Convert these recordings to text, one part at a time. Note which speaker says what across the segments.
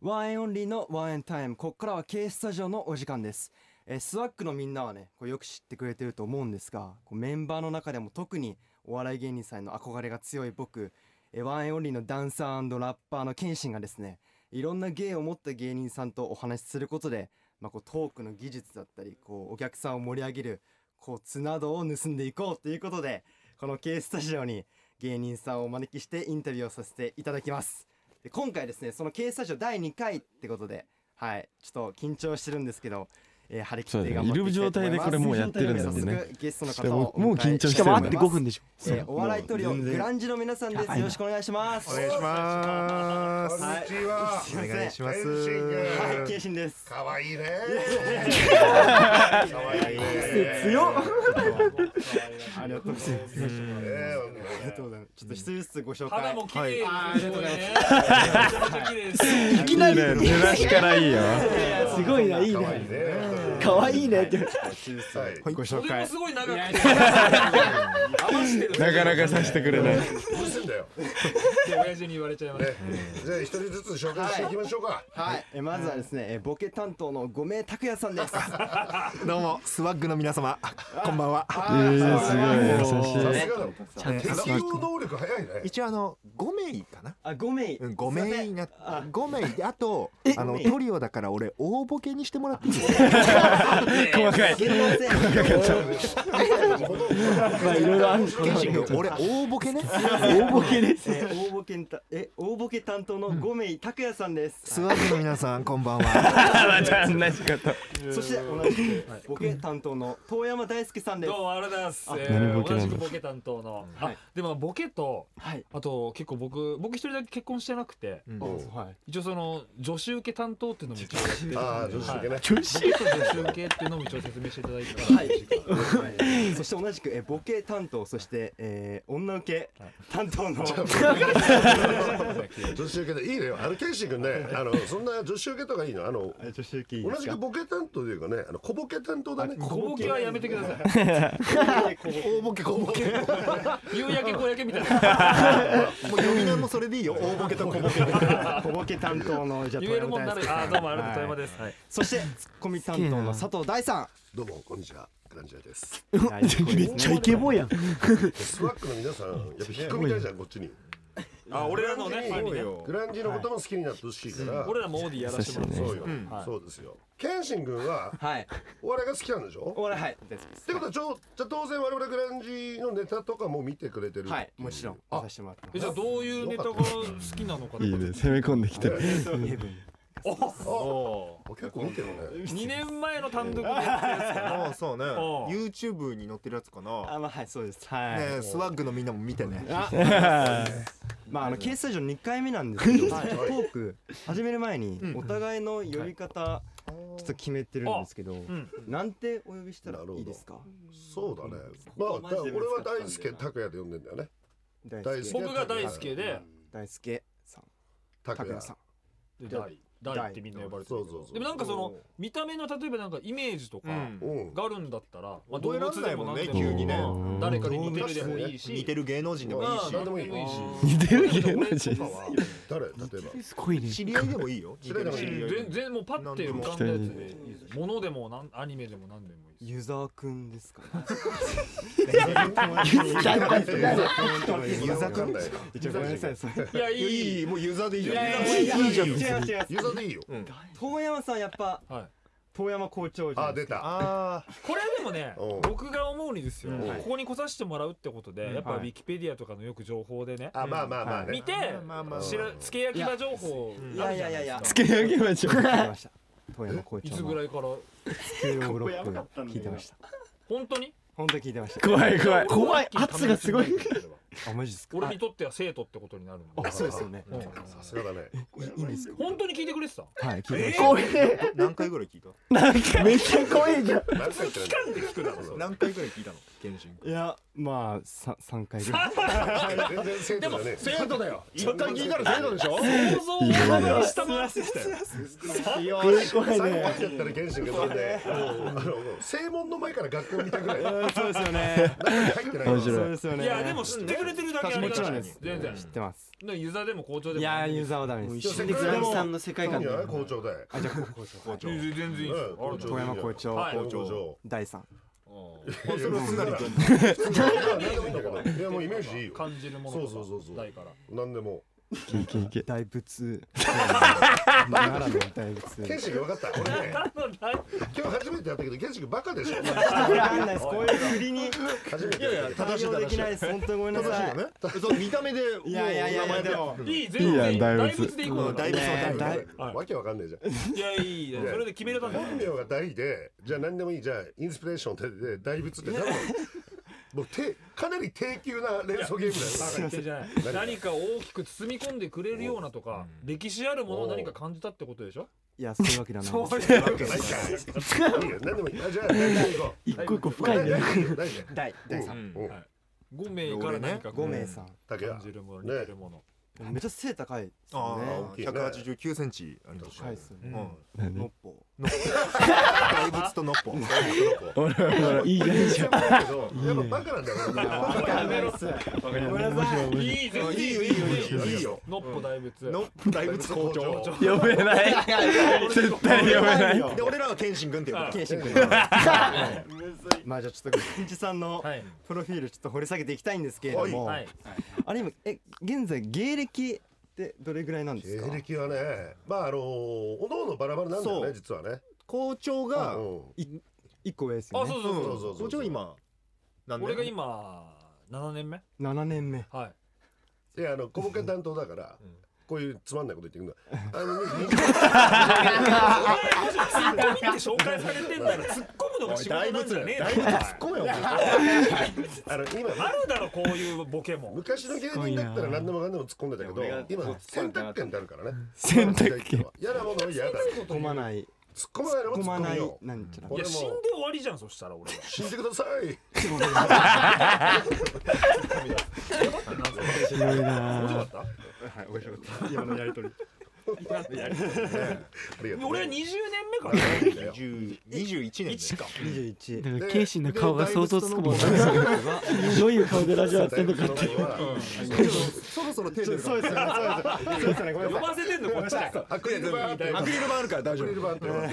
Speaker 1: ワンエンオンリーのワンエンタイム。ここからは K スタジオのお時間です。えー、スワックのみんなはね、こうよく知ってくれてると思うんですが、こうメンバーの中でも特にお笑い芸人さんへの憧れが強い僕、えー、ワンエンオンリーのダンサーラッパーの謙信がですね、いろんな芸を持った芸人さんとお話しすることで、まあ、こうトークの技術だったり、こうお客さんを盛り上げるコツなどを盗んでいこうということで、この K スタジオに芸人さんをお招きしてインタビューをさせていただきます。で今回ですね、その K スタジオ第2回ってことで、はい、ちょっと緊張してるんですけど、えー、張り切って頑張っていきたいと思います。いる状態で
Speaker 2: これもうやってるんだもんね。
Speaker 1: ゲストの方を
Speaker 2: もう緊張してる。しか
Speaker 3: もあって5分でしょ。
Speaker 1: えー、お笑いトリオグランジの皆さんです。よろしくお願いします。
Speaker 4: お願いします。はい、こんにちは。
Speaker 1: お願いします。はい、ケイシンです。
Speaker 4: 可愛いね。
Speaker 1: 可愛い。強。ありがとうございます。ありがとうございます。ちょっと一人ずつご紹介。
Speaker 5: 肌も綺麗。
Speaker 1: ありがとうござい
Speaker 3: ます。いきなり。
Speaker 2: 出だしからいいよ。
Speaker 3: すごいな、いいね。可愛いねって。
Speaker 1: ご紹介。
Speaker 5: すごい長く
Speaker 2: て。なかなかさせてくれない。
Speaker 4: どうすんだよ。
Speaker 5: 親父に言われちゃいまし
Speaker 4: じゃあ一人ずつ紹介していきましょうか。
Speaker 1: はい。えまずはですね、ボケ担当の五名拓也さんです。
Speaker 6: どうもスワッグの皆様、こんばんは。
Speaker 2: ええすごい優し
Speaker 4: い。ちゃんと適応能力早いね。
Speaker 6: 一応あの五名かな。
Speaker 1: あ五名。
Speaker 6: 五名にな五名であとあのトリオだから俺大ボケにしてもらっていい ですか。細かい。細かかった。
Speaker 2: まあいろいろある。
Speaker 6: 俺大ボケね。
Speaker 3: 大ボ ケです。
Speaker 1: 大ボケたえ大ボケ担当の五名拓也さんです。
Speaker 6: スワッグの皆さんこんばんは。
Speaker 2: また同じ方。
Speaker 1: そして同じくボケ担当の遠山大輔さんです。、
Speaker 5: どうもありがとうございます。同じくボケ担当の。でもボケとあと結構僕僕一人だけ結婚してなくて、一応その女子受け担当っていうのも一応
Speaker 4: ああ女子受けね。
Speaker 5: 女子女子受けっていうのも一応説明していただいたはい
Speaker 1: そして同じくえボケ担当そして、えー、女受け担当の
Speaker 4: 女子受けでいいねあのケンシ君ねあのそんな女子受けとかいいのあの
Speaker 1: 女子受け
Speaker 4: 同じくボケ担当というかねあの小ボケ担当だね
Speaker 5: 小ボケはやめてくださ
Speaker 4: い大ボケ小ボケ
Speaker 5: 夕焼け小焼けみたいな
Speaker 6: もう呼び名もそれでいいよ大ボケと小ボケ
Speaker 1: 小ボケ担当の
Speaker 5: じゃあ言えるもんなるあどうもありがとうございます、はい、
Speaker 1: そしてツッコミ担当の佐藤大さん
Speaker 4: どうもこんにちはグランジャです
Speaker 3: めっちゃイケボーやん
Speaker 4: スワックの皆さんやっぱ引っ込みたいじゃんこっちに
Speaker 5: あ、俺らのね、
Speaker 4: グランジのことも好きになってほしいから、
Speaker 5: 俺らもオーディやらせてもら
Speaker 4: そうよ、そうですよ。謙信君は、はい、お笑いが好きなんでしょ
Speaker 1: お笑い、はい。って
Speaker 4: ことは、ちょ、じゃ当然我々グランジのネタとかも見てくれてる
Speaker 1: はい、もちろん。あ、じ
Speaker 5: ゃあどういうネタが好きなのか
Speaker 2: いいね、攻め込んできてる。
Speaker 4: お結構見てるね
Speaker 5: 2年前の単独のや
Speaker 6: つそうね YouTube に載ってるやつかな
Speaker 1: あまあはいそうですはい
Speaker 6: ねスワッグのみんなも見てね
Speaker 1: まああのケースタジオ2回目なんですけどトーク始める前にお互いの呼び方ちょっと決めてるんですけどなんてお呼びしたらいいですか
Speaker 4: そうだねまあ俺は大輔拓也で呼んでんだよね
Speaker 5: 僕が大輔で
Speaker 1: 大輔さん
Speaker 4: 拓也さん
Speaker 5: で大大ってみんな呼ばれてるでもなんかその見た目の例えばなんかイメージとかがあるんだったら、まあ、動物でもね
Speaker 6: 急にね
Speaker 5: 誰かに似てるでもいいし
Speaker 6: 似てる芸能人でもいいし
Speaker 2: 似てる芸能人
Speaker 4: 誰例えば
Speaker 3: すごいね
Speaker 6: 知り合いでもいいよ
Speaker 5: 知り合いでも 全然もうパッて浮かんだやつでいいですものでもなんアニメでも何でもいい
Speaker 1: 湯沢くんですか
Speaker 6: 湯沢くんだよ
Speaker 5: いやい
Speaker 6: いもう湯沢でいいじゃ
Speaker 5: ん
Speaker 6: いいじゃん
Speaker 4: 湯沢でいいよ。
Speaker 1: 遠山さんやっぱ。遠山校長
Speaker 4: あ出た
Speaker 5: これでもね僕が思うにですよここに来させてもらうってことでやっぱウィキペディアとかのよく情報でね
Speaker 4: あまあまあまあ
Speaker 5: 見てつけ焼き場情報
Speaker 1: いやいやいやいや
Speaker 2: つけ焼き場情報
Speaker 1: 遠山校長
Speaker 5: いつぐらいから
Speaker 1: 聞いてました
Speaker 5: 本当に
Speaker 1: 本当聞いてました
Speaker 2: 怖い怖い
Speaker 3: 怖い圧がすごい
Speaker 1: あマジです
Speaker 5: 俺にとっては生徒ってことになる
Speaker 1: あそうですよね。
Speaker 4: さすがだね。
Speaker 1: いいんですか。
Speaker 5: 本当に聞いてくれてた。
Speaker 1: はい。聞
Speaker 6: いてました。何回ぐらい聞いた？
Speaker 3: 何回？めっちゃ怖いじゃん。
Speaker 4: 何回
Speaker 5: 期間で聞くだろ。
Speaker 6: 何回ぐらい聞いたの？検診。
Speaker 1: いやまあ三三回ぐらい。
Speaker 4: 全然生徒だね。
Speaker 6: 生徒だよ。一回聞いたら生徒でしょ。
Speaker 5: 想像を下回してたよ。
Speaker 4: よーし。最後までやったら検診がそれで、正門の前から学校見たぐらい。
Speaker 1: そうですよね。
Speaker 4: 入ってない。
Speaker 2: そう
Speaker 1: ですよね。
Speaker 5: いやでも知って触れてるだけあり
Speaker 1: も
Speaker 5: が
Speaker 1: ち
Speaker 5: た
Speaker 1: ろん
Speaker 5: い
Speaker 1: です
Speaker 5: 全然
Speaker 1: 知ってます
Speaker 5: でユザでも校長でも
Speaker 1: いやー
Speaker 5: 全然
Speaker 1: ユーザーはダメです
Speaker 4: 一緒
Speaker 3: で
Speaker 4: に
Speaker 3: グラムさんの世界観
Speaker 4: じゃない
Speaker 3: で
Speaker 4: 校長で
Speaker 1: あじゃあ校長 はい
Speaker 5: 全然いいですよ
Speaker 4: うん
Speaker 1: 遠山校長
Speaker 5: はい
Speaker 4: 校長上
Speaker 1: 第三
Speaker 4: いやそれはすんなりと何でもいいんだけどいやもうイメージでいいよ
Speaker 5: 感じるものとか
Speaker 4: そうそうそうそう
Speaker 5: ないから
Speaker 4: 何でも
Speaker 2: いけいけ
Speaker 1: 大仏 奈良の大
Speaker 4: ケン
Speaker 1: 仏
Speaker 4: シン君分かった俺ね今日初めてやったけどケンシン君バカでしょ
Speaker 1: わかんないですこういう振りに
Speaker 4: 初めてやったけど
Speaker 1: 対応できないです本当にごめんな
Speaker 4: 正し
Speaker 1: さ
Speaker 4: い
Speaker 1: い
Speaker 4: よね
Speaker 3: 見た目でもう
Speaker 1: いやいやいやいやでも
Speaker 5: いい
Speaker 2: い
Speaker 5: 全
Speaker 2: いや
Speaker 5: 然
Speaker 2: ん
Speaker 5: 大
Speaker 2: 大仏
Speaker 5: 仏でいこう
Speaker 3: だいぶそうだいぶ
Speaker 1: だい
Speaker 5: はい
Speaker 4: わけわかんねえじゃん
Speaker 5: いやいいよ
Speaker 4: いや
Speaker 5: それで決めれたんだよ
Speaker 4: 本名が大でじゃあ何でもいいじゃあインスピレーションでで大仏 って多分もうてかなり低級な連想ゲームだ
Speaker 5: バカ言
Speaker 4: よ
Speaker 5: ってんじゃな
Speaker 4: 何
Speaker 5: い何か大きく包み込んでくれるようなとか歴史あるものを何か感じたってことでしょ
Speaker 1: いやそういうわけじゃないです
Speaker 5: いうわ
Speaker 4: バカないかいいよ何でもいいあじゃあ何でもいこう
Speaker 5: 一個一個
Speaker 4: 深いね大で
Speaker 1: 第第三
Speaker 4: うんうん
Speaker 5: 5名から何かこう
Speaker 1: 五名さん
Speaker 4: 竹
Speaker 5: 感
Speaker 4: 谷
Speaker 5: じるもの似てるもの
Speaker 1: めっちゃ背高いですよね
Speaker 4: ー
Speaker 6: ああ189センチあります
Speaker 1: 高いですよ
Speaker 6: う
Speaker 1: ね
Speaker 6: ん
Speaker 1: のっ
Speaker 2: 何
Speaker 1: ぽ
Speaker 6: 大仏とノッポ
Speaker 2: ほらほらいいじゃんいいじゃん
Speaker 4: だけどやっぱバカなんだよ俺
Speaker 1: わかんないですごめんなさい
Speaker 5: いい全然いいよいいよいいよノッポ大仏
Speaker 6: ノッポ大仏校長
Speaker 2: 読めない絶対読めない
Speaker 6: で俺らは謙信君って呼ぶから
Speaker 1: 謙信君まあじゃあちょっと金一さんの
Speaker 5: はい
Speaker 1: プロフィールちょっと掘り下げていきたいんですけれども、
Speaker 5: はい
Speaker 1: あれ今え現在芸歴ってどれぐらいなんですか
Speaker 4: 芸歴はねまああのおのおのバラバラなんだよ
Speaker 6: そ
Speaker 4: ね
Speaker 6: う
Speaker 4: 実はね
Speaker 6: 校長
Speaker 4: うん
Speaker 6: が
Speaker 1: 一個上です
Speaker 5: あ
Speaker 1: よ
Speaker 5: そう
Speaker 1: ね
Speaker 5: そうそう
Speaker 4: そうそうそう
Speaker 6: 校長今なんで
Speaker 5: 俺が今7年目
Speaker 1: 7年目
Speaker 5: はい
Speaker 4: いやあの小ボケ担当だから
Speaker 5: ん
Speaker 4: こういうつまんないこと言ってくんだあの
Speaker 5: ツッコミって紹介されてんだら突っ込むのが仕事なんじゃねえだろ
Speaker 6: 突っ込めよ
Speaker 4: あの今
Speaker 5: あるだろこういうボケも
Speaker 4: 昔の芸人だったら何でもかんでも突っ込んでたけど
Speaker 3: いや俺が
Speaker 4: 今選択権ってあるからね
Speaker 2: 選択権
Speaker 4: 嫌なものは嫌だ
Speaker 1: 突っ込まない
Speaker 4: 突っ込まないの
Speaker 1: 突っ
Speaker 4: も突
Speaker 1: 込
Speaker 4: っ
Speaker 1: ま
Speaker 4: 込
Speaker 1: な
Speaker 4: み
Speaker 1: い
Speaker 4: よう
Speaker 1: なんちゃら
Speaker 5: い
Speaker 4: 俺
Speaker 5: や
Speaker 4: も
Speaker 5: 死んで終わりじゃんそしたら俺は
Speaker 4: 死んでください
Speaker 2: 白いな
Speaker 5: 面白かっ
Speaker 1: 今のやりとり
Speaker 4: ありがと
Speaker 5: た
Speaker 4: う
Speaker 5: 俺は20年目から
Speaker 6: 20 21年
Speaker 5: 1か
Speaker 1: 21
Speaker 2: だから
Speaker 4: で
Speaker 2: 謙信の顔が想像つくもん
Speaker 4: で
Speaker 2: ね
Speaker 3: どういう顔でラジオやってん のかって
Speaker 4: 大仏の方は
Speaker 6: そろそろ手出るから
Speaker 1: うですよねそうですよねごめ
Speaker 5: 呼ばせてんのこっちだよ
Speaker 4: アクリル板みたいな
Speaker 6: ア
Speaker 4: ア
Speaker 6: クリル板あるから大
Speaker 4: ク
Speaker 6: 丈
Speaker 4: リル
Speaker 6: 夫
Speaker 4: 板っていうのは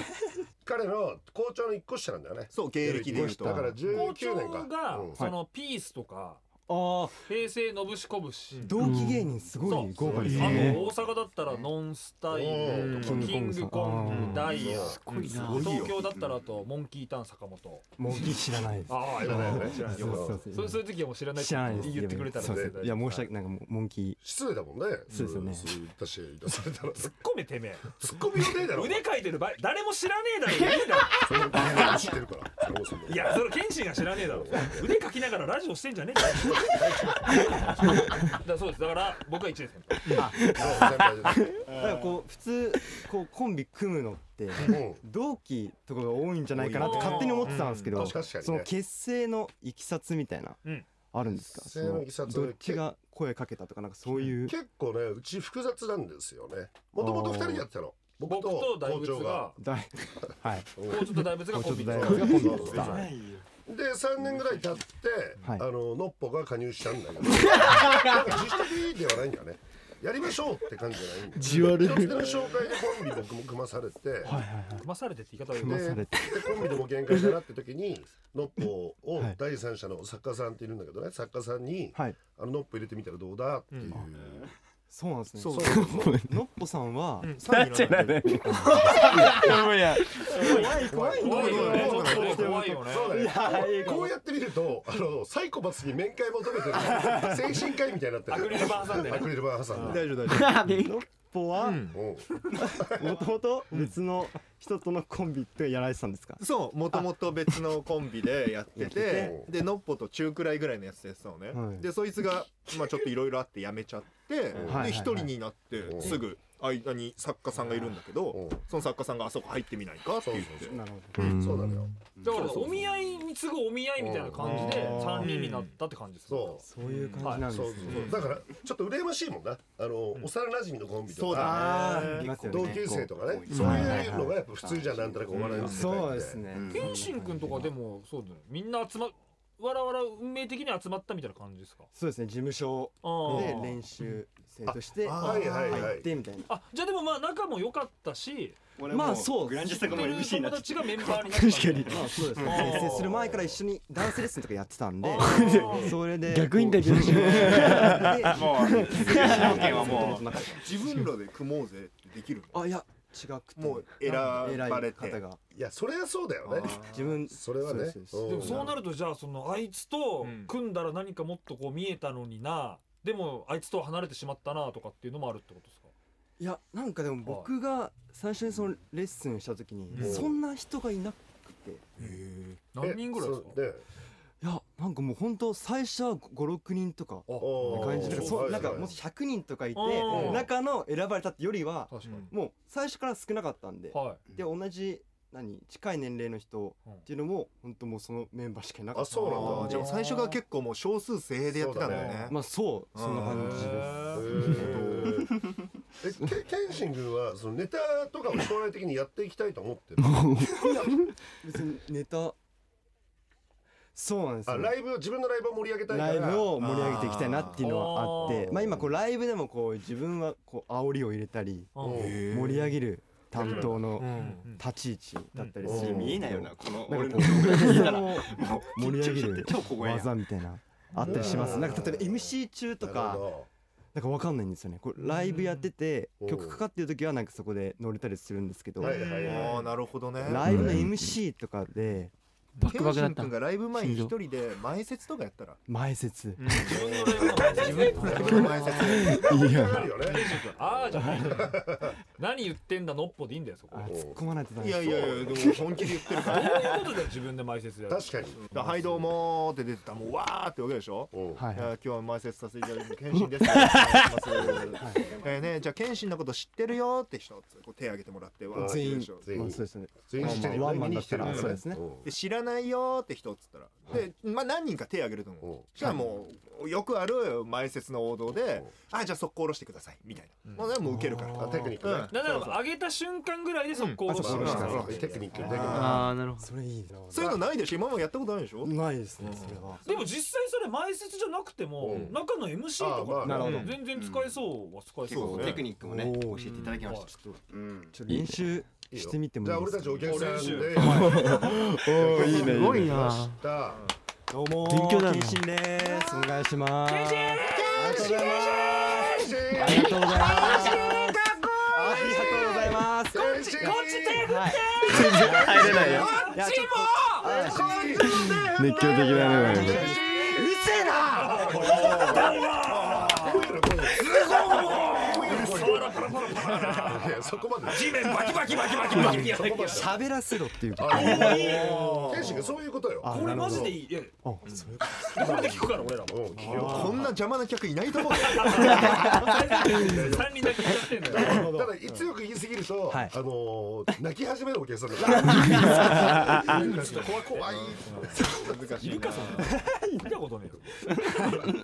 Speaker 4: 彼の校長の一個下なんだよね
Speaker 6: そう芸歴で言うと
Speaker 4: だから
Speaker 5: 校
Speaker 4: 19
Speaker 5: 長
Speaker 4: 年か
Speaker 5: が
Speaker 4: うん
Speaker 5: そのピースとか
Speaker 1: ああ
Speaker 5: 平成のぶしこぶし
Speaker 1: 同期芸人す
Speaker 5: そ
Speaker 1: ご
Speaker 5: う
Speaker 1: い豪華です
Speaker 5: あ
Speaker 1: ね
Speaker 5: の大阪だったらノンスタイルと
Speaker 1: うん
Speaker 5: かキングコングダイヤ
Speaker 3: ごいな
Speaker 5: 東京だったらあとモンキーターン坂本
Speaker 1: もう知らないです
Speaker 5: ああ
Speaker 4: 知らないよね
Speaker 1: そうそうそう
Speaker 5: そうそういう時はもう知らないって
Speaker 1: 知らないです
Speaker 5: 言ってくれたら
Speaker 1: そうです
Speaker 5: 全然
Speaker 1: いや申し訳ないなんかもうモンキ
Speaker 4: 失礼だもんね
Speaker 1: そうですよね
Speaker 4: そう言ったし出されたら
Speaker 5: 突っ込めてめえ
Speaker 4: ツッコミのねえだろ
Speaker 5: 腕かいてる場合誰も知らねえだろいねえだろ
Speaker 4: その番組知ってるからそもそも
Speaker 5: いやそれ剣心が知らねえだろ腕かきながらラジオしてんじゃね えかだからそうですだから僕は1年生
Speaker 1: ーだからこう普通こうコンビ組むのって
Speaker 4: うん
Speaker 1: 同期とかが多いんじゃないかなって勝手に思ってたんですけど、
Speaker 4: うん確かにね
Speaker 1: その結成のいきさつみたいな、
Speaker 5: うん
Speaker 1: あるんですか
Speaker 4: 結成のいきさつ
Speaker 1: そのどっちが声かけたとかなんかそういう、
Speaker 4: 結構ねうち複雑なんですよねもともと2人でやってたの僕
Speaker 5: 僕と
Speaker 4: と
Speaker 5: 大
Speaker 4: 校
Speaker 5: 仏
Speaker 4: 長が
Speaker 5: が
Speaker 1: だいはい
Speaker 4: うん
Speaker 5: こうちょっと大仏がコンビ
Speaker 1: もう
Speaker 5: ニ
Speaker 1: ちょっと大
Speaker 4: そう
Speaker 1: 仏がコンビに
Speaker 4: そう
Speaker 1: 来た
Speaker 4: そう で3年ぐらい経って
Speaker 1: はい
Speaker 4: あのノッポが加入したん だけどなんか自主的ではないんだよねやりましょうって感じじゃないんだ
Speaker 2: じわる
Speaker 4: 一つの紹介でコンビ僕も組まされて
Speaker 1: はいはいはい
Speaker 5: 組まされてって言い方は
Speaker 1: 組ま
Speaker 5: よ
Speaker 1: されて
Speaker 4: でコンビでも限界だなって時にノッポを
Speaker 1: はい
Speaker 4: 第三者の作家さんっているんだけどね作家さんに
Speaker 1: はい
Speaker 4: 「あのノッポ入れてみたらどうだ?」っていう
Speaker 1: そうなんですね
Speaker 6: そ
Speaker 1: そ
Speaker 6: う
Speaker 1: うのっぽさんは、
Speaker 2: なんちゃらねもうや
Speaker 5: 怖い怖いよねちょっとね怖いよね
Speaker 4: そうだねこうこうやって見るとあのサイコパスに面会求めてる精神科医みたいになって
Speaker 5: アクリ
Speaker 4: る
Speaker 5: ル板挟んで
Speaker 4: ア
Speaker 5: ね
Speaker 4: クリル板挟んで
Speaker 6: 大丈夫大丈
Speaker 1: のっぽは
Speaker 4: うん
Speaker 1: もともと別の人とのコンビってやられてたんですか
Speaker 6: 夫そうもともと別のコンビでやっててでノッポと中くらいぐらいのやつですよね
Speaker 1: はい
Speaker 6: でそいつがまあちょっといろいろあって辞めちゃって
Speaker 4: はい
Speaker 6: で一人になって
Speaker 4: ん
Speaker 6: すぐ間に作家さんがいるんだけど
Speaker 4: うん
Speaker 6: その作家さんがあそこ入ってみないかって言って
Speaker 1: なるほ
Speaker 4: そうなのよ
Speaker 5: だからお見合いに次ぐお見合いみたいな感じで
Speaker 6: うん
Speaker 5: 3人になったって感じです
Speaker 4: そ
Speaker 1: どそういう感じなん
Speaker 4: う
Speaker 1: です
Speaker 4: そ
Speaker 1: ね、
Speaker 4: うそうだからちょっと羨ましいもんなあの幼馴染のコンビ
Speaker 6: そ
Speaker 4: と
Speaker 6: うだ
Speaker 4: か
Speaker 1: あーいますよね
Speaker 4: 同級生とかねそういうのがやっぱ普通じゃんなんとなくお笑いの世界って
Speaker 1: そうですね、
Speaker 5: 謙信君とかでもそうだよみんな集まわらわら運命的に集まったみたいな感じですか
Speaker 1: そうですね事務所
Speaker 5: あ
Speaker 1: で
Speaker 5: ー
Speaker 1: 練習生として
Speaker 7: あ
Speaker 4: はいはいは
Speaker 1: 入
Speaker 4: い
Speaker 1: ってみたいな
Speaker 5: あじゃあでもまあ仲も良かったし
Speaker 8: 俺
Speaker 1: ま
Speaker 8: も
Speaker 1: あそう
Speaker 8: グランジスタ
Speaker 5: 知っ
Speaker 8: が
Speaker 5: て
Speaker 8: もう
Speaker 5: る
Speaker 8: MC にな
Speaker 5: 友
Speaker 8: っちゃった
Speaker 5: 達がメンバーになったみたいな
Speaker 2: 確
Speaker 1: まあそうです
Speaker 5: あ
Speaker 1: ね
Speaker 5: ー
Speaker 1: 結成する前から一緒にダンスレッスンとかやってたんで
Speaker 5: あー
Speaker 1: それで
Speaker 2: 逆インタビュー
Speaker 1: こう
Speaker 8: もう主
Speaker 1: で
Speaker 8: 導権はもう
Speaker 1: なかっ
Speaker 6: 自分らで組もうぜってできる
Speaker 1: たあいや違くて
Speaker 6: のもう選ば
Speaker 1: 偉
Speaker 6: れ
Speaker 1: い方
Speaker 6: て
Speaker 1: が
Speaker 4: いやそれはそうだよね
Speaker 1: 自分
Speaker 4: それはね
Speaker 1: そうです
Speaker 4: うん
Speaker 5: でもそうなるとじゃあそのあいつと組んだら何かもっとこう見えたのになでもあいつとは離れてしまったなとかっていうのもあるってことですか
Speaker 1: いやなんかでも僕が最初にそのレッスンした時に
Speaker 5: うん
Speaker 1: そんな人がいなくて
Speaker 5: 何人ぐらいですか
Speaker 4: え
Speaker 1: いやなんかもう本当最初は56人とか
Speaker 4: そう
Speaker 1: 感
Speaker 4: ね
Speaker 1: じ
Speaker 4: あ
Speaker 1: で
Speaker 4: ー
Speaker 1: そう
Speaker 4: はい
Speaker 1: なんか
Speaker 4: はい
Speaker 1: もし100人とかいて
Speaker 5: うん
Speaker 1: 中の選ばれたってよりは
Speaker 5: 確かに
Speaker 1: もう最初から少なかったんで
Speaker 5: は
Speaker 1: で同じ何近い年齢の人っていうのも本当もうそのメンバーしかいなか
Speaker 4: あ
Speaker 1: った
Speaker 4: そうなんだ
Speaker 6: あーじゃあ最初が結構もう少数精鋭でやってたんだよね
Speaker 1: まあそうそんな感じです
Speaker 4: へ
Speaker 5: い
Speaker 4: ーえけ謙信君はそのネタとかを将来的にやっていきたいと思ってる
Speaker 1: 別にネタそうなんです
Speaker 4: あ
Speaker 1: よ
Speaker 4: ライブを自分のライブを盛り上げたいか
Speaker 1: ラ
Speaker 4: ら
Speaker 1: イブを盛り上げていきたいなっていうのはあって
Speaker 5: あー
Speaker 1: まあ今こうライブでもこう自分はこう煽りを入れたり盛り上げる担当の立ち位置だったりする
Speaker 4: うん
Speaker 8: 見えないよなこの
Speaker 1: な
Speaker 8: 俺
Speaker 1: ん
Speaker 8: の
Speaker 1: かこ
Speaker 8: 見たらも
Speaker 1: う
Speaker 8: う
Speaker 1: 盛り上げる
Speaker 8: 超小声や
Speaker 1: 技みたいなあったりしますなんか例えば MC 中と
Speaker 4: なる
Speaker 1: か
Speaker 4: ほど
Speaker 1: なんかわかんないんですよねこうライブやってて
Speaker 4: うん
Speaker 1: 曲かかってる時はなんかそこで乗れたりするんですけど
Speaker 4: はいはいはい
Speaker 6: ああなるほどね
Speaker 1: ライブの MC とかで
Speaker 2: バックバックだっ
Speaker 6: ケンシン君
Speaker 2: た
Speaker 6: がライブ前に一人で前説とかやったら
Speaker 1: 前説
Speaker 5: 自分のライブの前説
Speaker 6: 前説
Speaker 2: い
Speaker 4: あ
Speaker 2: や
Speaker 4: るよね
Speaker 5: ああじゃないのよ何言ってんだのっぽでいいんだよそこ
Speaker 1: あ突っ込まないとダメ
Speaker 6: いやいやいやでも本気で言ってるか
Speaker 5: どういうことで自分で前説でやる
Speaker 4: 確かに
Speaker 6: ら「はいどうも」って出てたらもうわーってわけでしょ
Speaker 4: うん
Speaker 1: はい
Speaker 6: え
Speaker 1: はい
Speaker 6: ー今日は前説させていただきます謙信です。お願いしますえーねじゃあ謙信のこと知ってるよって人こう手挙げてもらってわーって
Speaker 1: 全
Speaker 6: 言う
Speaker 1: 員
Speaker 6: でしょ。
Speaker 4: 全員
Speaker 1: まあそうですね
Speaker 4: 全員知ってるよ
Speaker 1: ワ
Speaker 4: ね
Speaker 1: ンマンだったら
Speaker 4: 見に来てるよ
Speaker 1: そうですね
Speaker 6: で知らないよって人っつったらでまあ何人か手挙げると
Speaker 4: うん
Speaker 6: 思う。したらもうよくある前説の王道であじゃあ速攻下ろしてくださいみたいな。もうねもう受けるから。
Speaker 4: あテクニックね
Speaker 6: うん
Speaker 5: なんなら上げた瞬間ぐらいで速攻を
Speaker 4: そう
Speaker 5: し
Speaker 4: そう
Speaker 5: て
Speaker 4: そう
Speaker 5: る
Speaker 4: テクニックね
Speaker 2: ああなるほど
Speaker 1: それいいな
Speaker 6: そういうのないでしょ今までやったことないでしょ。
Speaker 1: ないですねそれは
Speaker 5: でも実際それ前説じゃなくても
Speaker 4: うん
Speaker 5: 中の MC と
Speaker 4: あ
Speaker 5: か
Speaker 4: まあなるほ
Speaker 1: ど
Speaker 5: 全然使えそうは使え
Speaker 8: 結
Speaker 5: そう
Speaker 8: 構
Speaker 5: です
Speaker 8: テク
Speaker 5: ね
Speaker 8: ニックもね
Speaker 1: おー
Speaker 8: 教えていただきました
Speaker 1: ちょっと
Speaker 8: うん
Speaker 1: ちょっと練習
Speaker 4: いいよ
Speaker 1: してみても
Speaker 4: じゃあ
Speaker 1: いい
Speaker 4: 俺
Speaker 1: です
Speaker 4: たち
Speaker 1: か
Speaker 4: お客さんで
Speaker 2: おーいいね
Speaker 4: す
Speaker 2: い
Speaker 4: ごい
Speaker 2: いね
Speaker 4: ました
Speaker 1: どうも
Speaker 2: 勉強だな
Speaker 1: 謙信ですお願いしますありがとうございますありがとうございますありがとうございます
Speaker 4: こっちこっち手
Speaker 2: 入れないよ
Speaker 1: いやちょっと
Speaker 2: 熱狂的だねこれ
Speaker 4: いやそこまで地面
Speaker 1: 喋らせろっていうか
Speaker 4: 謙信君そういうことよ
Speaker 1: あ
Speaker 5: これマジで
Speaker 1: い
Speaker 5: いいいや
Speaker 1: あそういう
Speaker 5: これで聞くから俺らも
Speaker 4: うん聞く
Speaker 6: こ
Speaker 4: よ
Speaker 6: んな邪魔な客いないと思うよ。
Speaker 5: 3人だけやってんだよ
Speaker 4: ただ強く言いすぎると、
Speaker 1: はい
Speaker 4: あのー泣き始めるお客さんだから。ちょっと怖い怖い。
Speaker 5: いるかそんな見たことねえよ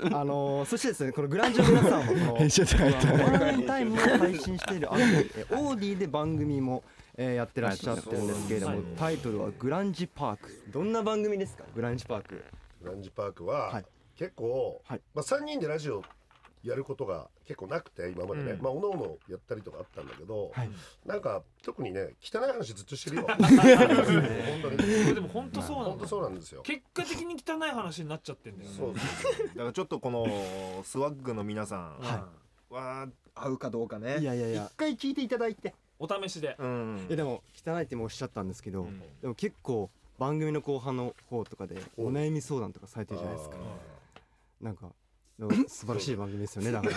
Speaker 1: ことあのーそしてですねこのグランジオ皆さんもこの
Speaker 2: 編集長入った
Speaker 1: オンラインタイムを配信しているアプリえオーディで番組も、えーやってらっしゃってるんですけれどもタイトルは「グランジパーク」どんな番組ですかグランジパーク
Speaker 4: ランジパークは、
Speaker 1: はい
Speaker 4: 結構、
Speaker 1: はい
Speaker 4: まあ三人でラジオやることが結構なくて今までね、まあ各々やったりとかあったんだけど、
Speaker 1: はい
Speaker 4: なんか特にね汚い話ずっとしてるよ。本当
Speaker 5: これ
Speaker 4: に
Speaker 5: でも本当そうな
Speaker 4: 本
Speaker 5: ん
Speaker 4: 当
Speaker 5: だ
Speaker 4: そうなんですよ。
Speaker 5: 結果的に汚い話になっちゃってんだよね
Speaker 4: そうです
Speaker 6: だからちょっとこのスワッグの皆さんは合うかどうかね。
Speaker 1: いやいやいや
Speaker 6: 一回聞いていただいて。
Speaker 5: お試しで
Speaker 6: うん
Speaker 1: いやでも汚いって今おっしゃったんですけど、でも結構番組の後半の方とかでお悩み相談とかされてるじゃないですかなんかでも素晴らしい番組ですよねだから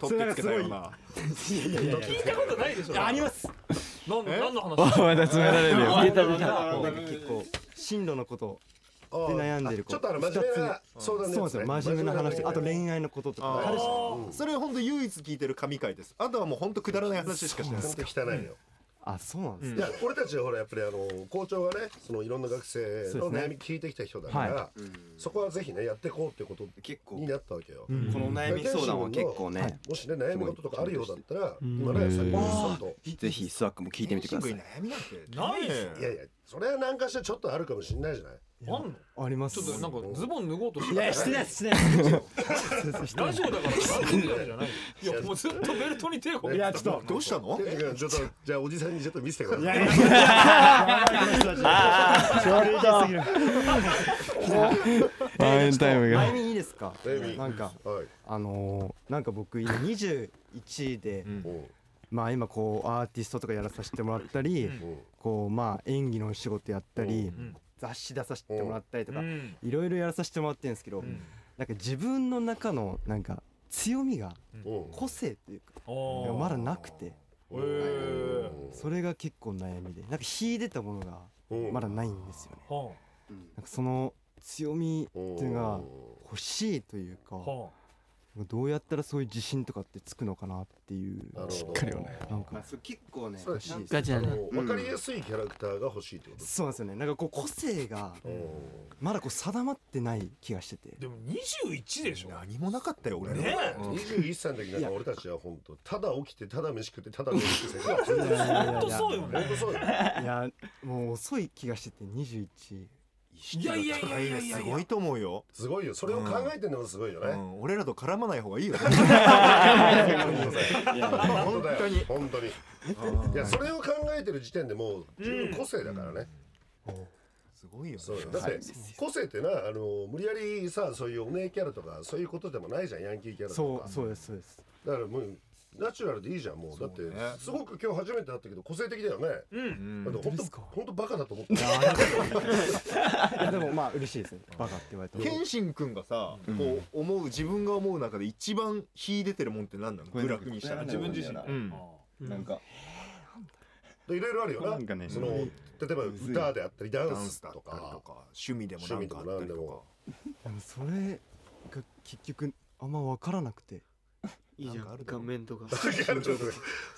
Speaker 6: 取ってつけたような。
Speaker 5: 聞いたことないでしょ
Speaker 1: あります
Speaker 5: なん何の話
Speaker 2: また詰められるよ
Speaker 1: なんか結構進路のこと
Speaker 4: あー
Speaker 1: で悩んでる子
Speaker 4: ちょっとあの真面目な相談
Speaker 1: そうな
Speaker 4: の
Speaker 1: ん
Speaker 4: や
Speaker 1: で
Speaker 4: つ
Speaker 1: す
Speaker 4: ね
Speaker 1: よ真面目な話とかあと
Speaker 4: 愛。
Speaker 1: 恋愛のことと
Speaker 6: あ
Speaker 1: か
Speaker 6: ー
Speaker 1: 彼氏
Speaker 6: それ本当唯一聞いてる神回です。あとはもう本当くだらない話しかしてない。
Speaker 4: 本当汚いよ。
Speaker 1: あそうなんです
Speaker 4: いや俺たちはほらやっぱりあの校長がねそのいろんな学生
Speaker 1: そう
Speaker 4: の
Speaker 1: ですね
Speaker 4: 悩み聞いてきた人だからそ,、
Speaker 1: は
Speaker 4: こはぜひねやっていこうってこと
Speaker 8: 結構
Speaker 4: になったわけよ、
Speaker 8: このお悩み相談は結構ね
Speaker 4: もしね悩み事とかあるようだったら今ね先にさっと
Speaker 8: ぜひスワックも聞いてみてください
Speaker 6: 悩みなんて
Speaker 5: ないっすよ
Speaker 6: ねえ
Speaker 4: いやいやそれは何かしてちょっとあるかもしれないじゃない
Speaker 5: あんの
Speaker 1: あります
Speaker 5: ちょっとなんかズボン脱ごうとして
Speaker 3: い
Speaker 5: た
Speaker 3: やしてないですしてない
Speaker 5: ラジオだからラジオじゃないよいやもうずっとベルトに手をか
Speaker 3: ですい
Speaker 5: け
Speaker 3: や
Speaker 5: て
Speaker 3: ちょっと
Speaker 6: どうしたの
Speaker 4: ケンジ君ちょっとじゃあおじさんにちょっと見せてくだ
Speaker 3: いや
Speaker 4: さい
Speaker 3: いやいや
Speaker 1: えー
Speaker 6: バレンタイムが
Speaker 1: ちょっと前にいいですか
Speaker 4: 前に
Speaker 1: なんか
Speaker 4: はい
Speaker 1: あのーなんか僕今21位で、
Speaker 4: おう
Speaker 1: まあ今こうアーティストとかやらさせてもらったり、
Speaker 5: うん
Speaker 4: おう
Speaker 1: こうまあ演技のお仕事やったり、
Speaker 5: ん
Speaker 1: 雑誌出させてもらったりとか、
Speaker 5: うん
Speaker 1: いろいろやらさせてもらってるんですけど、
Speaker 5: うん
Speaker 1: なんか自分の中のなんか強みが
Speaker 4: おう
Speaker 1: 個性というか
Speaker 5: おー
Speaker 1: まだなくて
Speaker 5: へー
Speaker 1: それが結構悩みでなんか秀でたものが
Speaker 4: うん
Speaker 1: まだないんですよね
Speaker 5: は
Speaker 1: なんかその強み
Speaker 4: おう
Speaker 1: っていうのが欲しいというか
Speaker 5: あは
Speaker 1: どうやったらそういう自信とかってつくのかなっていう
Speaker 4: なるほど
Speaker 1: なん
Speaker 9: まあ、
Speaker 1: か
Speaker 9: そう結構ね
Speaker 4: そうだし
Speaker 9: なんか
Speaker 3: ガチだな
Speaker 4: あのわかりやすいキャラクターが欲しいってこと
Speaker 1: そうなんですよねなんかこう個性が
Speaker 4: おう
Speaker 1: まだこう定まってない気がしてて
Speaker 5: いでも21でしょ
Speaker 6: 何もなかったよ俺
Speaker 5: ねえ
Speaker 4: 21歳の時なんか俺たちは本当ただ起きてただ飯食ってただ飯食って本
Speaker 1: いやいやいやい
Speaker 5: 本当
Speaker 1: や
Speaker 5: そうよ
Speaker 4: 当
Speaker 5: ね
Speaker 4: そうよ
Speaker 1: いやもう遅い気がしてて21
Speaker 5: いやいやいやいやいや
Speaker 6: すごいと思うよ、
Speaker 4: すごいよそれを考えてるのもすごいよ
Speaker 6: う
Speaker 4: ね
Speaker 6: ん、俺らと絡まない方がいいよ
Speaker 4: 本当に本当にいやそれを考えてる時点でもう自分の個性だからね
Speaker 6: すごいよね
Speaker 4: そうよだって個性ってのはあの無理やりさそういうお姉キャラとかそういうことでもないじゃんヤンキーキャラと
Speaker 1: そ
Speaker 4: か
Speaker 1: うそうですそうです
Speaker 4: だからもうナチュラルでいいじゃんもうだってすごく今日初めて会ったけど個性的だよね
Speaker 5: うん
Speaker 4: だっ
Speaker 1: 本当
Speaker 4: て本
Speaker 1: で
Speaker 4: 当
Speaker 1: すか
Speaker 4: 本当バカだと思ってた
Speaker 1: いやでもまあ嬉しいですねバカって言われても
Speaker 6: 謙信君がさ、こう思う自分が思う中で一番秀でてるもんって何なのグラフにしたら
Speaker 5: 自分自身
Speaker 6: うん
Speaker 9: なんか
Speaker 4: でいろいろあるよな
Speaker 9: なんかね
Speaker 4: その例えば歌であったりダ
Speaker 6: ダ
Speaker 4: ン
Speaker 6: ンス
Speaker 4: ス
Speaker 6: だった
Speaker 4: と
Speaker 6: りとか
Speaker 4: か
Speaker 6: 趣味でもなんかあったり
Speaker 4: 趣味でも
Speaker 1: で
Speaker 6: とか
Speaker 4: なんでも
Speaker 1: もそれが結局あんま分からなくて
Speaker 3: いいじゃん顔面とか
Speaker 4: いやちょっと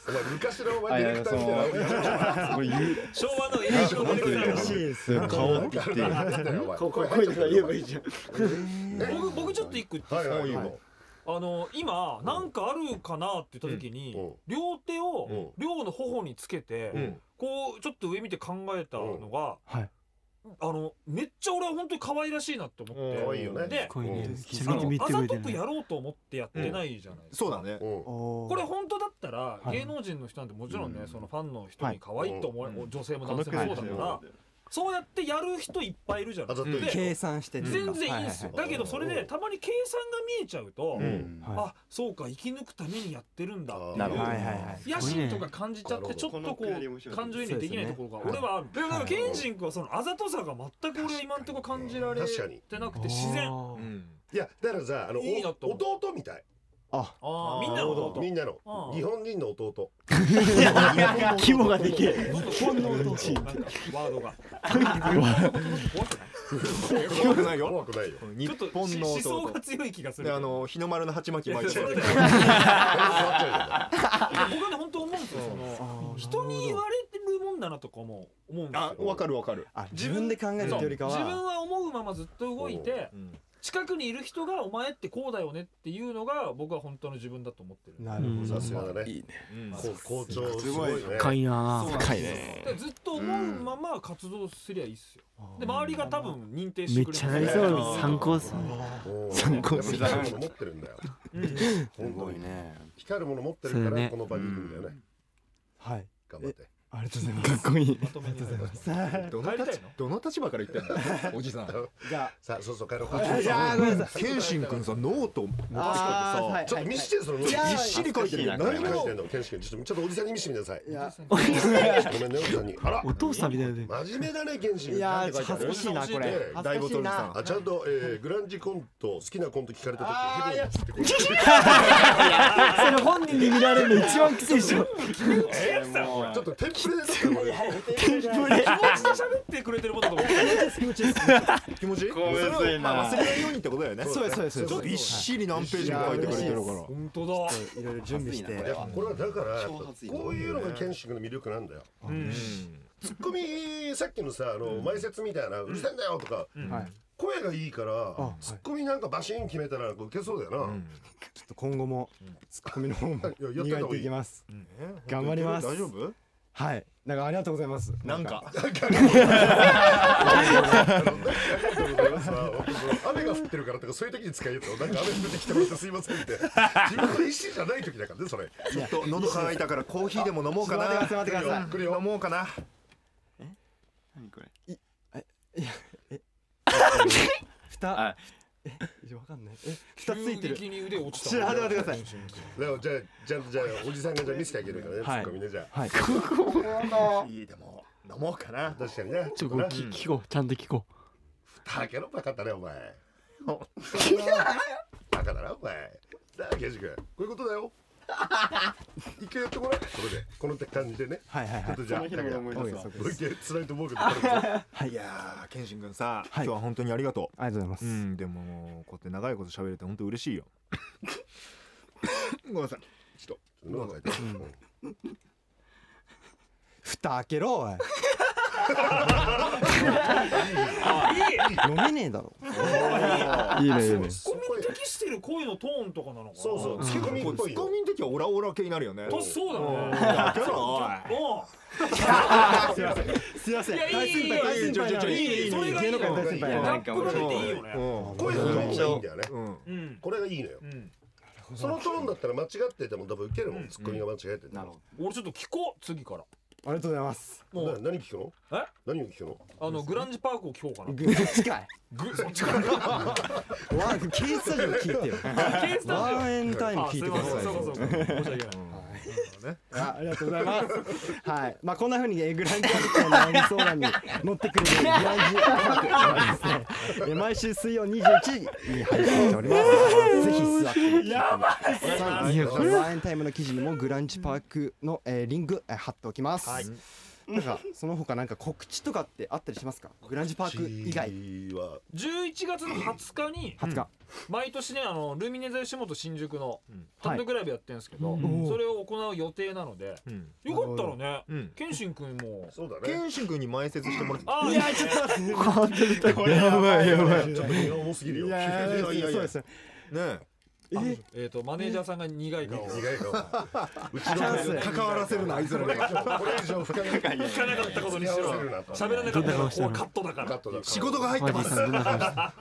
Speaker 4: お前昔のお前ディレクターみたいな
Speaker 5: 昭和の演劇のディレクターだから
Speaker 4: 顔って 言って
Speaker 3: ここ声だから言えばいいじゃん
Speaker 5: 僕僕ちょっと一個言っていい
Speaker 4: は
Speaker 5: で
Speaker 4: い
Speaker 5: すか
Speaker 4: はい
Speaker 1: は
Speaker 4: はいい
Speaker 5: あの今なんかあるかなって言った時に
Speaker 4: うんうん
Speaker 5: 両手
Speaker 4: う
Speaker 5: を
Speaker 4: ん
Speaker 5: 両の頬につけて
Speaker 4: うん
Speaker 5: こうちょっと上見て考えたのが
Speaker 1: はい
Speaker 5: あのめっちゃ俺は本当に可愛らしいなって思って
Speaker 4: 可愛いよね
Speaker 5: で
Speaker 4: こういうね
Speaker 3: ち
Speaker 5: あ
Speaker 3: ゃん
Speaker 5: の
Speaker 3: と見
Speaker 5: あ
Speaker 3: て
Speaker 5: ざ
Speaker 3: くれて
Speaker 5: と
Speaker 3: る
Speaker 5: くやろうと思ってやってないじゃないですか
Speaker 6: そうだね
Speaker 4: うん
Speaker 1: こ
Speaker 5: これ本当だったら
Speaker 1: はい
Speaker 5: 芸能人の人なんてもちろんね
Speaker 6: うん
Speaker 5: そのファンの人に可愛いと思
Speaker 6: は
Speaker 5: う
Speaker 6: い
Speaker 5: 女性も男性もそうだからそうやってやる人いっぱいいるじゃな
Speaker 4: あ
Speaker 5: い
Speaker 4: ざとい
Speaker 5: で
Speaker 1: 計算してってい
Speaker 5: 全
Speaker 1: うか
Speaker 5: 然いいんですよ
Speaker 1: は
Speaker 5: だけどそれでたまに計算が見えちゃうと
Speaker 6: うん
Speaker 1: はい
Speaker 5: あそうか生き抜くためにやってるんだって
Speaker 4: なる
Speaker 5: い
Speaker 4: ほ
Speaker 5: う
Speaker 4: ど
Speaker 1: はいはいはい
Speaker 5: 野心とか感じちゃってちょっ
Speaker 9: こ
Speaker 5: とこ
Speaker 9: のくだり面白
Speaker 5: う
Speaker 9: い
Speaker 5: 感情移入できないところが
Speaker 1: そうで
Speaker 5: 俺
Speaker 1: すね
Speaker 5: はあるでもなんか
Speaker 4: はい
Speaker 5: ケンジン君はそのあざとさが全く俺は今んとこ感じられ
Speaker 4: 確かに
Speaker 5: てなくて自然あ
Speaker 4: いやだからさあのお
Speaker 5: いいなと思う
Speaker 4: 弟みたい
Speaker 5: あーみんなのこと
Speaker 4: みんなの
Speaker 5: あー
Speaker 4: 日本人の弟
Speaker 3: 規模がでけえ
Speaker 5: どんどん本能と なんかワード が怖くない
Speaker 6: よくないよ
Speaker 4: 怖くないよ
Speaker 6: 日
Speaker 5: ちょっとし
Speaker 6: 本の
Speaker 5: 思想
Speaker 6: 弟
Speaker 5: が強い気がす
Speaker 6: で
Speaker 5: る
Speaker 6: あの日の丸の鉢巻
Speaker 5: い
Speaker 6: き
Speaker 5: や
Speaker 6: 巻いて
Speaker 5: そ
Speaker 6: る
Speaker 5: れで僕
Speaker 4: あ
Speaker 5: はね本当思うんですよその人に言われてるもんだなとかも思うんです
Speaker 6: あ
Speaker 5: よ
Speaker 6: わかるわかる、
Speaker 1: あ自分で考えるというよりか
Speaker 5: 自分
Speaker 1: は
Speaker 5: は思うままずっと動いて
Speaker 6: うん
Speaker 5: 近くにいる人がお前ってこうだよねっていうのが僕は本当の自分だと思ってる
Speaker 1: なるほど
Speaker 4: さすがだね
Speaker 6: うん
Speaker 4: こう校長すごいね
Speaker 3: 深いな
Speaker 9: そう
Speaker 3: あ
Speaker 9: 深いね
Speaker 5: だからずっと思うまま活動すりゃいいっすよ
Speaker 1: あー
Speaker 5: で周りが多分認定し
Speaker 3: めっ
Speaker 5: てくれ
Speaker 3: ちゃなりそうな参考っすね
Speaker 4: うん
Speaker 6: 参考
Speaker 4: やっぱ
Speaker 6: する
Speaker 4: 光るもの持ってるんだよ
Speaker 5: うん
Speaker 9: すごいね
Speaker 4: 光るもの持ってる
Speaker 3: そ
Speaker 4: か
Speaker 3: うだ
Speaker 4: ら
Speaker 3: ね
Speaker 4: この場にいるんだよね
Speaker 1: はい
Speaker 4: 頑張って
Speaker 1: ありがとうございますかっこいいありがとうございます
Speaker 6: どの
Speaker 5: 帰りた
Speaker 6: 立
Speaker 5: いの
Speaker 6: どの立場から言ってんのおじさん
Speaker 1: じゃ
Speaker 4: さあそうそう帰ろう
Speaker 1: いやーごめんな
Speaker 6: 謙信君さノート持ってきてさ、
Speaker 1: あ
Speaker 4: ちょっと見してその
Speaker 1: や
Speaker 6: ぎっしり書いてるよ何
Speaker 4: 何書い
Speaker 6: も
Speaker 4: てんの健介ちょっとちょっとおじさんに見せてみなさい
Speaker 1: いや
Speaker 4: ごめんねおじさんにあら
Speaker 3: お父さんみたいなね
Speaker 4: 真面目だね健介
Speaker 1: いや
Speaker 4: なん
Speaker 1: ー
Speaker 4: て書いてあ
Speaker 1: 恥ずか
Speaker 4: る
Speaker 1: しいなこれ恥ずかしいな
Speaker 4: あちゃんと、えー、グランジコント好きなコント聞かれた時ヘビーにつってこう
Speaker 3: それ本人に見られるの一番きついっしょ
Speaker 4: ちょっとテンプレだったのね
Speaker 5: 気持ちで喋ってくれてることだと思って
Speaker 6: 気持ちいい
Speaker 9: めんなさいな
Speaker 6: それをまあ忘れないようにってことだよね
Speaker 1: そうですそうです
Speaker 6: ちょっとびっしり何ページも書いてくれてるから
Speaker 5: 本当だ
Speaker 1: いろいろ準備し
Speaker 9: 暑いなこ
Speaker 1: て
Speaker 9: れ
Speaker 4: いやこれはだからやっぱ
Speaker 9: 挑発意図
Speaker 4: こういうのが健介の魅力なんだよツッコミさっきのさあの前説みたいな「うるせえんだよ」とか
Speaker 1: はいちょ
Speaker 4: 声がいいから
Speaker 1: はい
Speaker 4: ツッコミなんかバシーン決めたらウケそうだよな
Speaker 1: っと今後もツッコミの方も
Speaker 4: いややってた方
Speaker 1: 磨い
Speaker 4: が
Speaker 1: て
Speaker 4: いい
Speaker 1: いきます頑張ります
Speaker 6: 大丈夫
Speaker 1: はいなんかありがとうございます
Speaker 3: なんか
Speaker 4: 雨が降ってるからとかそういう時に使えるとなんか雨降ってきてましたすいません って自分の意思じゃない時だからねそれ
Speaker 10: ちょっと喉乾いたからコーヒーでも飲もうかな
Speaker 1: ちょっと待ってください
Speaker 10: ゆっくり飲もうかな
Speaker 9: 何これ
Speaker 1: 蓋
Speaker 9: あ
Speaker 1: えわかんないえ蓋ついてる
Speaker 5: 急激に腕落ちた
Speaker 1: ちょっと待ってください
Speaker 4: だからじゃあじゃあじゃあおじさんがじゃあ見せてあげるからねツ
Speaker 1: はい
Speaker 4: ッコミねじゃあ
Speaker 1: はい
Speaker 10: いいでも飲もうかな
Speaker 4: 確かにね
Speaker 1: ちょっとこれ聞聞こうちゃんと聞こ
Speaker 4: だけのバカだねお 前バカだなお前さあ刑事君こういうことだよ一回やってもらえこれでこの感じでね
Speaker 1: うはいはい
Speaker 4: ち
Speaker 1: は
Speaker 4: ょっ
Speaker 1: い
Speaker 4: とじゃあなんかもう
Speaker 1: 多いです多いです
Speaker 4: 一回辛いと思うけどこれで
Speaker 10: いやー健信君さ今
Speaker 1: はい
Speaker 10: 日は本当にありがと
Speaker 1: ありがとうご
Speaker 10: う
Speaker 1: ざ
Speaker 10: う
Speaker 1: います
Speaker 10: んでもこうやって長いこと喋れて本当嬉しいよごめんなさいちょっ
Speaker 4: 喉が痛いうん
Speaker 1: 蓋開けろおい 飲めねえだろいいねいいね
Speaker 5: コミに適してる声のトーンとかなのかな
Speaker 4: そうそう
Speaker 5: と
Speaker 4: ツッコミ
Speaker 10: と
Speaker 4: っぽい
Speaker 10: ツッコ
Speaker 4: よ
Speaker 10: ミの時はオラオラ系になるよね
Speaker 5: そうだね
Speaker 10: だけどおい
Speaker 5: お
Speaker 1: すいません
Speaker 5: いやいいいいいい
Speaker 1: 大先輩大先輩
Speaker 10: ちょちょちょいいいいいい
Speaker 5: それがい
Speaker 1: 芸
Speaker 5: いの
Speaker 1: 能界の大先輩
Speaker 5: ラ
Speaker 1: な
Speaker 5: ップが出ていいよね
Speaker 4: 声のトーンがいいんだよね
Speaker 10: うん
Speaker 5: うん
Speaker 4: これがいいのよ
Speaker 5: うん
Speaker 4: そのトーンだったら間違ってても多分受けるもんツッコミが間違えてて
Speaker 9: なるほ
Speaker 5: 俺ちょっと聞こう次から
Speaker 1: ありがとうございます
Speaker 5: も
Speaker 4: な
Speaker 5: う
Speaker 4: 何聞くの
Speaker 5: え
Speaker 4: 何を聞くの
Speaker 5: あのグランジパークを聞こうかな
Speaker 1: ぐ近い
Speaker 5: グそっちから
Speaker 1: ワンケースタジオ聞いてよ
Speaker 5: ケースタジオ
Speaker 1: ワンエンタイム
Speaker 5: あ
Speaker 1: 聞
Speaker 5: す
Speaker 1: い
Speaker 5: い
Speaker 1: てく
Speaker 5: ま
Speaker 1: だ
Speaker 5: せ
Speaker 1: さい
Speaker 5: んそうかそうか申し訳ない
Speaker 1: あありがとうございます。はい。まあこんな風にえーグランジパルコの悩み相談に乗ってくれるグランジパルコは ですね、えー毎週水曜21時に配信しております。ぜひ座ってみてください。やばい。ワインタイムの記事にもグランジパークの、えーリング、えー貼っておきます。なんかその他なんか告知とかってあったりしますか？グランジパーク以外
Speaker 4: 口は
Speaker 5: 11月の20日に
Speaker 1: 20日。
Speaker 5: 毎年ねあのルミネ座吉本新宿の単独ライブやってるんですけど、
Speaker 1: ん
Speaker 5: それを行う予定なので
Speaker 10: うん
Speaker 5: よかったらね
Speaker 10: うん
Speaker 5: 謙信君も
Speaker 4: そうだね
Speaker 10: 健信君に前説してもらって
Speaker 5: あ
Speaker 1: いやちょっと待って。
Speaker 10: やばいやば
Speaker 4: ちょっと荷が重すぎるよ
Speaker 1: いやいやいやそうですよ。
Speaker 10: ね
Speaker 5: えっ、えーとマネージャーさんが苦い顔を
Speaker 4: 苦い顔うち
Speaker 1: チャンス
Speaker 4: の
Speaker 10: 関わらせるなあいつらに
Speaker 4: これ以上深めない
Speaker 5: 聞かなかったことにし
Speaker 4: 付き合
Speaker 5: ろ
Speaker 4: わせるなと
Speaker 5: 喋らなかったからこうカットだか
Speaker 4: カッ
Speaker 5: ら
Speaker 4: トだから
Speaker 10: 仕事が入ってます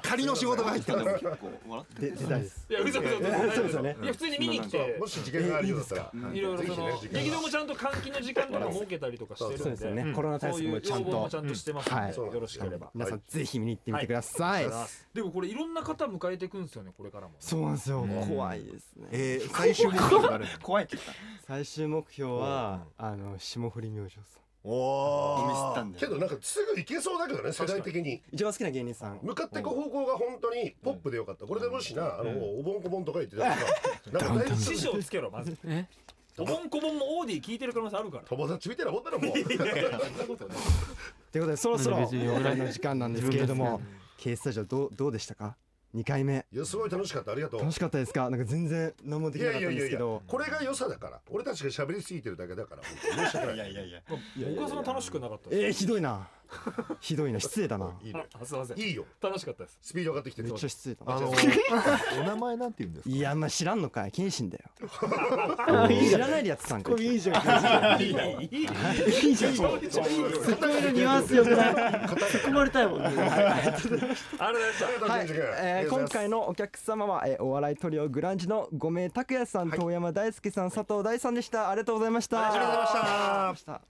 Speaker 10: 仮の仕事が入って
Speaker 9: ど
Speaker 10: ま
Speaker 9: ですも結構笑って
Speaker 1: で出たいです。
Speaker 5: いや嘘嘘嘘
Speaker 1: そうですよね
Speaker 5: いや普通に見に来て
Speaker 4: もし時間があるようだったら
Speaker 5: いろいろその
Speaker 4: ぜひね
Speaker 5: 劇場もちゃんと換気の時間とか設けたりとかしてるんで
Speaker 1: そうですよね。コロナ対
Speaker 5: そう
Speaker 1: 策
Speaker 5: い
Speaker 1: も
Speaker 5: う
Speaker 1: ちゃ
Speaker 5: 要
Speaker 1: ん
Speaker 5: 望も
Speaker 1: と
Speaker 5: ち。ゃんとしてますんで、
Speaker 1: はい
Speaker 5: よろしければ
Speaker 1: 皆さんぜひ見に行ってみてください。
Speaker 5: でもこれいろんな方迎えていくんですよねこれからも
Speaker 1: そうなんですよ。怖いですね。
Speaker 10: えー最終目標誰だ
Speaker 9: 怖いって言った
Speaker 1: 最終目標はあの霜降り明星さん。
Speaker 10: お
Speaker 9: ミ
Speaker 10: ー
Speaker 9: スったんだ
Speaker 4: け
Speaker 9: よ
Speaker 4: どなんかすぐ行けそうだけどね世代的に
Speaker 1: 一番好きな芸人さん。
Speaker 4: 向かっていく方向が本当にポップでよかったこれでもしなあのおぼんこぼんとか言ってたら なんか大
Speaker 5: 師
Speaker 4: 事
Speaker 5: 匠つけろ まずおぼんこぼんもオーディ聞いてる可能性あるから
Speaker 4: 友達みたいなもんだろもう
Speaker 1: ということでそろそろお別れの時間なんですけれども、K スタジオどうどうでしたか？二回目
Speaker 4: いやすごい楽しかったありがとう
Speaker 1: 楽しかったですか？なんか全然何もで
Speaker 4: い
Speaker 1: きな
Speaker 4: や
Speaker 1: かったん
Speaker 4: いやい
Speaker 1: です
Speaker 4: やい
Speaker 1: け
Speaker 4: や
Speaker 1: ど、
Speaker 4: これが良さだから俺たちが喋りすぎてるだけだから本当に申し訳ない
Speaker 9: いやいや
Speaker 5: 僕はそんな楽しくなかったです
Speaker 1: えー、ひどいな、ひどいな失礼だな。
Speaker 4: いい
Speaker 5: あ
Speaker 4: ね
Speaker 5: あすいません
Speaker 4: いいよ
Speaker 5: 楽しかったです
Speaker 4: スピード上がってきて
Speaker 1: め
Speaker 4: る
Speaker 1: っちゃ失礼だな。
Speaker 10: あのーお名前なんて言うんですか
Speaker 1: いやあんま知らんのかい謙信だよ。知ら ないでやってたんかい。いいじゃん。いい じゃん。
Speaker 4: 突っ込みの
Speaker 11: ニュアンスよくない突っ込まれたいもんね
Speaker 5: あれでした
Speaker 1: はい、えー今回のお客様は、えーお笑いトリオグランジの五名拓也さん、遠山大輔さん、佐藤大さんでした。ありがとうございました。ありがとうございました。